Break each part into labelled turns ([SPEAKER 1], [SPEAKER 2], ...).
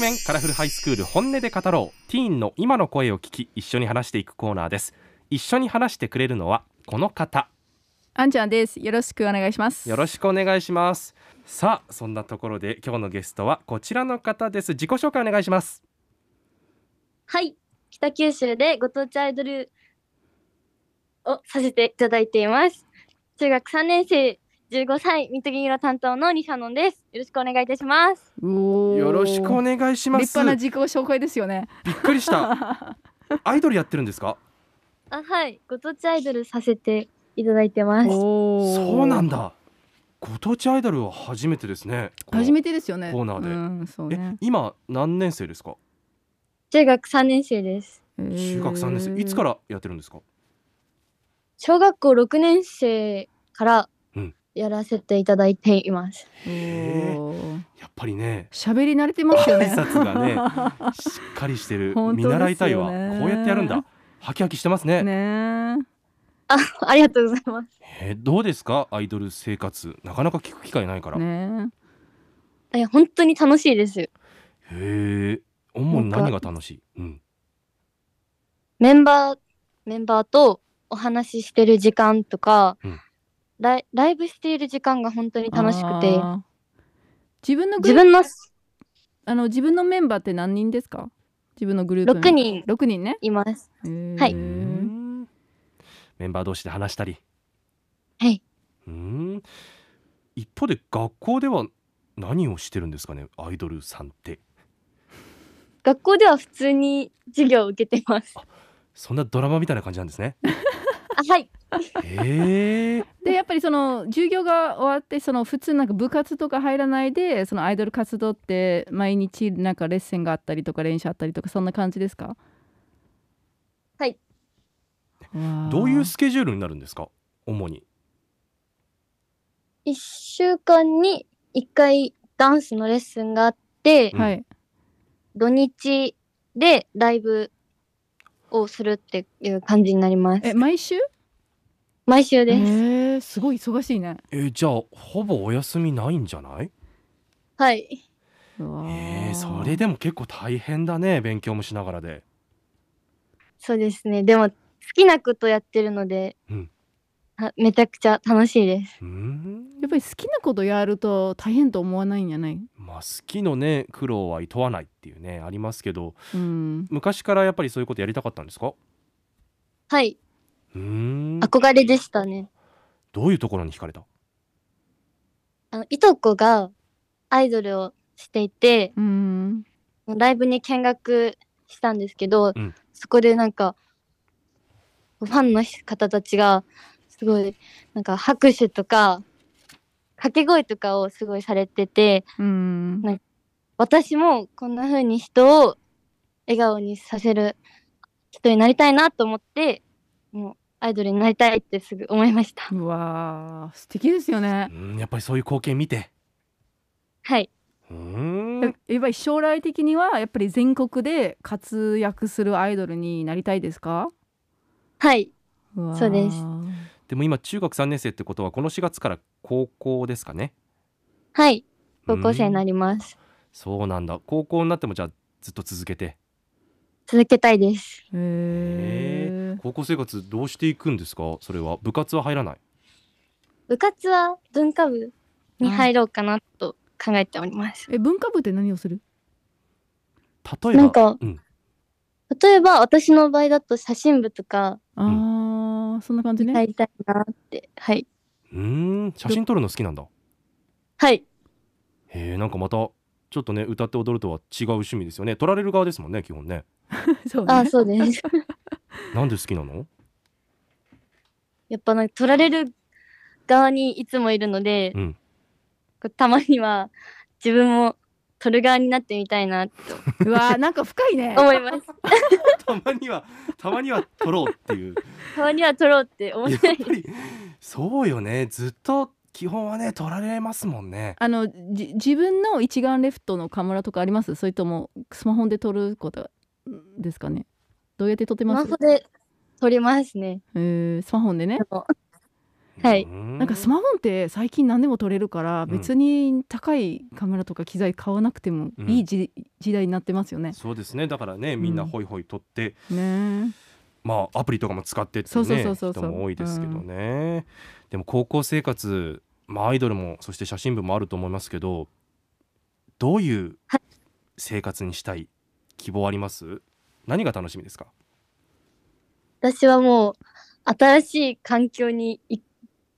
[SPEAKER 1] 面カラフルハイスクール本音で語ろうティーンの今の声を聞き一緒に話していくコーナーです一緒に話してくれるのはこの方
[SPEAKER 2] あんちゃんです。よろしくお願いします。
[SPEAKER 1] よろしくお願いしますさあそんなところで今日のゲストはこちらの方です自己紹介お願いします
[SPEAKER 3] はい、北九州でご当地アイドルをさせていただいています。中学3年生、15歳、三木色担当のニサノンです。よろしくお願いいたします。
[SPEAKER 2] おー
[SPEAKER 1] よろしくお願いします
[SPEAKER 2] 立派な自己紹介ですよね。
[SPEAKER 1] びっくりしたアイドルやってるんですか
[SPEAKER 3] あ、はい、ご当地アイドルさせていただいてます。
[SPEAKER 2] お
[SPEAKER 1] そうなん
[SPEAKER 2] だ。
[SPEAKER 1] だご当地アイドルは初めてですね
[SPEAKER 2] 初め
[SPEAKER 1] て
[SPEAKER 2] てですよね。
[SPEAKER 1] コーナーで
[SPEAKER 2] うん、そう
[SPEAKER 1] え
[SPEAKER 2] ね。。
[SPEAKER 1] 今何年生ですか
[SPEAKER 3] 中学3年生です。
[SPEAKER 1] 中学3年生いつかららやってるんですか
[SPEAKER 3] 小学校6年生から
[SPEAKER 1] うん
[SPEAKER 3] やらせていただいています。
[SPEAKER 2] お
[SPEAKER 1] へー
[SPEAKER 2] ー
[SPEAKER 1] やっぱりね
[SPEAKER 2] 喋り慣れてますよ
[SPEAKER 1] 挨
[SPEAKER 2] ね。
[SPEAKER 1] 拶がね しっかりしてる
[SPEAKER 2] 本当
[SPEAKER 1] 見習いたいわ
[SPEAKER 2] ですよね
[SPEAKER 1] こうやってやるんだハキハキしてますね
[SPEAKER 2] ねえ。
[SPEAKER 3] ありがとうございます。
[SPEAKER 1] えどうですかアイドル生活なかなか聞く機会ないから、
[SPEAKER 2] ね
[SPEAKER 3] え本当に楽しいです。
[SPEAKER 1] へえ主に何が楽しい、うん、
[SPEAKER 3] メンバー、メンバーとお話ししてる時間とか、
[SPEAKER 1] うん
[SPEAKER 3] ライライブしている時間が本当に
[SPEAKER 2] え
[SPEAKER 3] 楽しくて、
[SPEAKER 2] あー自分のグ
[SPEAKER 3] 自
[SPEAKER 2] ループ
[SPEAKER 3] 分の
[SPEAKER 2] あの自分のメンバーって何人ですか？自分のグループ。
[SPEAKER 3] 6。人
[SPEAKER 2] 六人ね。
[SPEAKER 3] います。
[SPEAKER 2] へー
[SPEAKER 3] はいう
[SPEAKER 1] ーんメンバー同士で話したり
[SPEAKER 3] はい。
[SPEAKER 1] うーん一方で学校では何をしてるんですかねアイドルさんって
[SPEAKER 3] 学校では普通に授業を受けてます。
[SPEAKER 1] そんなドラマみたいな感じなんですね
[SPEAKER 3] あはい。
[SPEAKER 1] へえ
[SPEAKER 2] でやっぱりその授業が終わってその普通なんか部活とか入らないでそのアイドル活動って毎日なんかレッスンがあったりとか練習あったりとかそんな感じですか
[SPEAKER 3] はい
[SPEAKER 2] わあ
[SPEAKER 1] どういうスケジュールになるんですか主に
[SPEAKER 3] 1週間に1回ダンスのレッスンがあって、
[SPEAKER 2] はい
[SPEAKER 3] 土日でライブをするっていう感じになります
[SPEAKER 2] え。毎週
[SPEAKER 3] 毎週
[SPEAKER 2] え
[SPEAKER 3] です。
[SPEAKER 2] ーすごい忙しいね
[SPEAKER 1] えーじゃあほぼお休みないんじゃない
[SPEAKER 3] はい。
[SPEAKER 2] わあ
[SPEAKER 1] えー、それでも結構大変だね勉強もしながらで
[SPEAKER 3] そうですね。でも好きなことやってるので、
[SPEAKER 1] うん
[SPEAKER 3] あめちゃくちゃ楽しいです。
[SPEAKER 1] うーん
[SPEAKER 2] やっぱり好きなことやると大変と思わないんじゃない
[SPEAKER 1] まあ好きのね苦労はいとわないっていうねありますけど
[SPEAKER 2] うん
[SPEAKER 1] 昔からやっぱりそういうことやりたかったんですか
[SPEAKER 3] はい。
[SPEAKER 1] うーん
[SPEAKER 3] 憧れでしたね。
[SPEAKER 1] どういうところに惹かれた
[SPEAKER 3] あのいとこがアイドルをしていて、
[SPEAKER 2] うん
[SPEAKER 3] ライブに見学したんですけど、
[SPEAKER 1] うん
[SPEAKER 3] そこでなんか、ファンの方たちが、すごい、なんか拍手とか、掛け声とかをすごいされてて、
[SPEAKER 2] うん
[SPEAKER 3] 私もこんな風に人を笑顔にさせる人になりたいなと思って、もうアイドルになりたいってすぐ思いました。
[SPEAKER 2] うわあ素敵ですよね
[SPEAKER 1] うーんやっぱりそういう光景見て
[SPEAKER 3] はい。
[SPEAKER 1] うーん
[SPEAKER 2] やっぱり将来的にはやっぱり全国で活躍するアイドルになりたいですか
[SPEAKER 3] はい。
[SPEAKER 2] わー
[SPEAKER 3] そうです
[SPEAKER 1] でも今中学3年生ってことはこの4月から高校ですかね
[SPEAKER 3] はい。高校生にな
[SPEAKER 1] り
[SPEAKER 3] ります。
[SPEAKER 1] そうなんだ高校になってもじゃあずっと続けて
[SPEAKER 3] 続けたいです。
[SPEAKER 2] へー
[SPEAKER 1] 高校生活どうしていくんですかそれは部活は入らない
[SPEAKER 3] 部活は文化部に入ろうかなと考えております。
[SPEAKER 2] え文化部って何をする
[SPEAKER 1] 例えば
[SPEAKER 3] なんか
[SPEAKER 1] うん、
[SPEAKER 3] 例えば私の場合だと写真部とか
[SPEAKER 2] あー、そんな感じね、
[SPEAKER 3] 入りたいなって。はい。
[SPEAKER 1] うーん写真撮るの好きなんだ
[SPEAKER 3] はい。
[SPEAKER 1] へえなんかまたちょっとね歌って踊るとは違う趣味ですよね撮られる側ですもんね基本ね
[SPEAKER 2] そうね
[SPEAKER 3] ああ、そうです。
[SPEAKER 1] なんで好きなの
[SPEAKER 3] やっぱなんか撮られる側にいつもいるので、
[SPEAKER 1] うん
[SPEAKER 3] こうたまには自分も撮る側になってみたいなと
[SPEAKER 2] うわーなんか深いね
[SPEAKER 3] 思います。
[SPEAKER 1] たまにはたまには 撮ろうっていう
[SPEAKER 3] たまには撮ろうって思い
[SPEAKER 1] やっ
[SPEAKER 3] ます。
[SPEAKER 1] ぱりそうよねずっと基本はね撮られますもんね
[SPEAKER 2] あのじ自分の一眼レフトのカメラとかありますそれともスマホで撮ることですかねどうやって撮って
[SPEAKER 3] ス
[SPEAKER 2] ま
[SPEAKER 3] マ
[SPEAKER 2] す
[SPEAKER 3] ホで撮りますね。
[SPEAKER 2] えースマホでね
[SPEAKER 3] でもはい。
[SPEAKER 2] なんかスマホって最近何でも撮れるから
[SPEAKER 1] ん
[SPEAKER 2] 別に高いカメラとか機材買わなくてもいい時,、時代になってますよね。
[SPEAKER 1] そうですねだからねみんな
[SPEAKER 2] うん
[SPEAKER 1] ホイホイ撮って、
[SPEAKER 2] ね
[SPEAKER 1] まあアプリとかも使ってって
[SPEAKER 2] そうそう
[SPEAKER 1] ね
[SPEAKER 2] そうそう
[SPEAKER 1] 人
[SPEAKER 2] そう
[SPEAKER 1] も多いですけどね、でも高校生活、まあ、アイドルもそして写真部もあると思いますけどどういう
[SPEAKER 3] は
[SPEAKER 1] 生活にしたい希望あります何が楽しみですか
[SPEAKER 3] 私はもう、新しい環境にい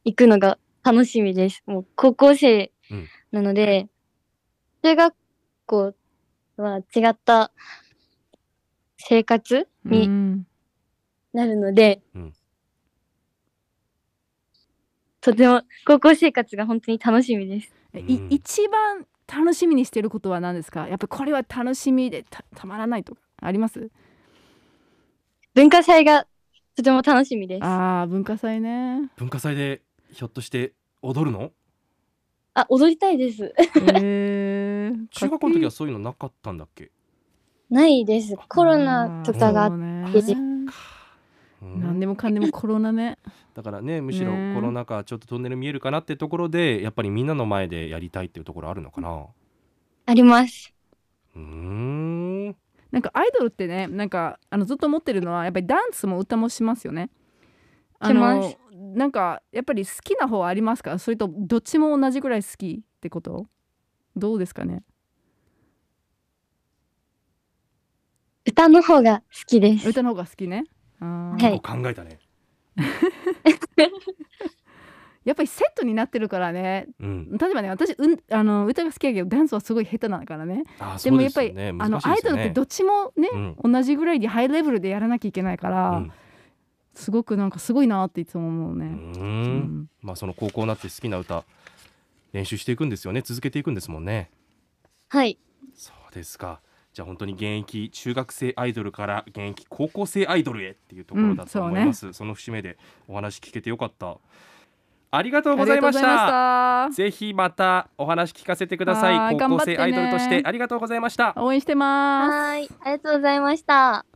[SPEAKER 3] 行くのが楽しみです。もう、高校生
[SPEAKER 1] うん
[SPEAKER 3] なので、中学校は違った生活
[SPEAKER 2] え
[SPEAKER 3] に
[SPEAKER 2] うん
[SPEAKER 3] なるので、
[SPEAKER 1] うん
[SPEAKER 3] とても高校生活が本当に楽しみです。
[SPEAKER 2] え
[SPEAKER 1] うん
[SPEAKER 2] い一番楽しみにしてることは何ですかやっぱこれは楽しみでたたまらないとかあります
[SPEAKER 3] 文化祭がとても楽しみです。あ
[SPEAKER 2] あー文化 祭ね。
[SPEAKER 1] 文化祭でひょっとして踊るの
[SPEAKER 3] 踊りたいです。
[SPEAKER 2] えー、
[SPEAKER 1] 中学校の時はそういうのなかったんだっけ
[SPEAKER 3] ないです。コロナとかが
[SPEAKER 2] あ、ー
[SPEAKER 3] て
[SPEAKER 2] そうね
[SPEAKER 1] うん
[SPEAKER 2] 何でもかんでもコロナね。
[SPEAKER 1] だからねむしろ
[SPEAKER 2] ね
[SPEAKER 1] コロナ禍ちょっとトンネル見えるかなってところでやっぱりみんなの前でやりたいっていうところあるのかな
[SPEAKER 3] あります。
[SPEAKER 1] うーん
[SPEAKER 2] なんかアイドルってねなんかあのずっと思ってるのはやっぱりダンスも歌もしますよね。あの
[SPEAKER 3] し
[SPEAKER 2] なんかやっぱり好きな方はありますかそれとどっちも同じぐらい好きってことどうですかね
[SPEAKER 3] 歌の方が好きです。
[SPEAKER 2] 歌の方が好きねあー
[SPEAKER 3] はい
[SPEAKER 1] 結構考えたね
[SPEAKER 2] やっぱりセットになってるからね
[SPEAKER 1] うん
[SPEAKER 2] 例えばね私、うん、あの歌が好きやけどダンスはすごい下手なのからね
[SPEAKER 1] あー
[SPEAKER 2] で
[SPEAKER 1] そう
[SPEAKER 2] もや
[SPEAKER 1] で
[SPEAKER 2] っ
[SPEAKER 1] す
[SPEAKER 2] ぱ
[SPEAKER 1] よ
[SPEAKER 2] り、
[SPEAKER 1] ね
[SPEAKER 2] あ
[SPEAKER 1] 難
[SPEAKER 2] の
[SPEAKER 1] しい
[SPEAKER 2] ア
[SPEAKER 1] で
[SPEAKER 2] イ
[SPEAKER 1] す
[SPEAKER 2] ド
[SPEAKER 1] よ
[SPEAKER 2] ルって
[SPEAKER 1] ね
[SPEAKER 2] どっちもね、
[SPEAKER 1] うん
[SPEAKER 2] 同じぐらいにハイレベルでやらなきゃいけないから、すごくなんかすごいなっていつも思う
[SPEAKER 1] う
[SPEAKER 2] ね。
[SPEAKER 1] んうー
[SPEAKER 2] うんん
[SPEAKER 1] まあその高校になって好きな歌練習していくんですよね続けていくんですもんね
[SPEAKER 3] はい。
[SPEAKER 1] そうですかじゃあ本当に現役中学生アイドルから現役高校生アイドルへっていうところだと思います、その節目でお話聞けてよかったありがとうございまし
[SPEAKER 2] ありがとうござい
[SPEAKER 1] た
[SPEAKER 2] まし
[SPEAKER 1] ぜひまたお話聞かせてくださ
[SPEAKER 2] はいい
[SPEAKER 1] 高校生ア
[SPEAKER 2] 頑張って
[SPEAKER 1] イ
[SPEAKER 2] ね
[SPEAKER 1] ドルとしてありがとうございました
[SPEAKER 2] た応援してます。
[SPEAKER 3] はーい。ありがとうございました。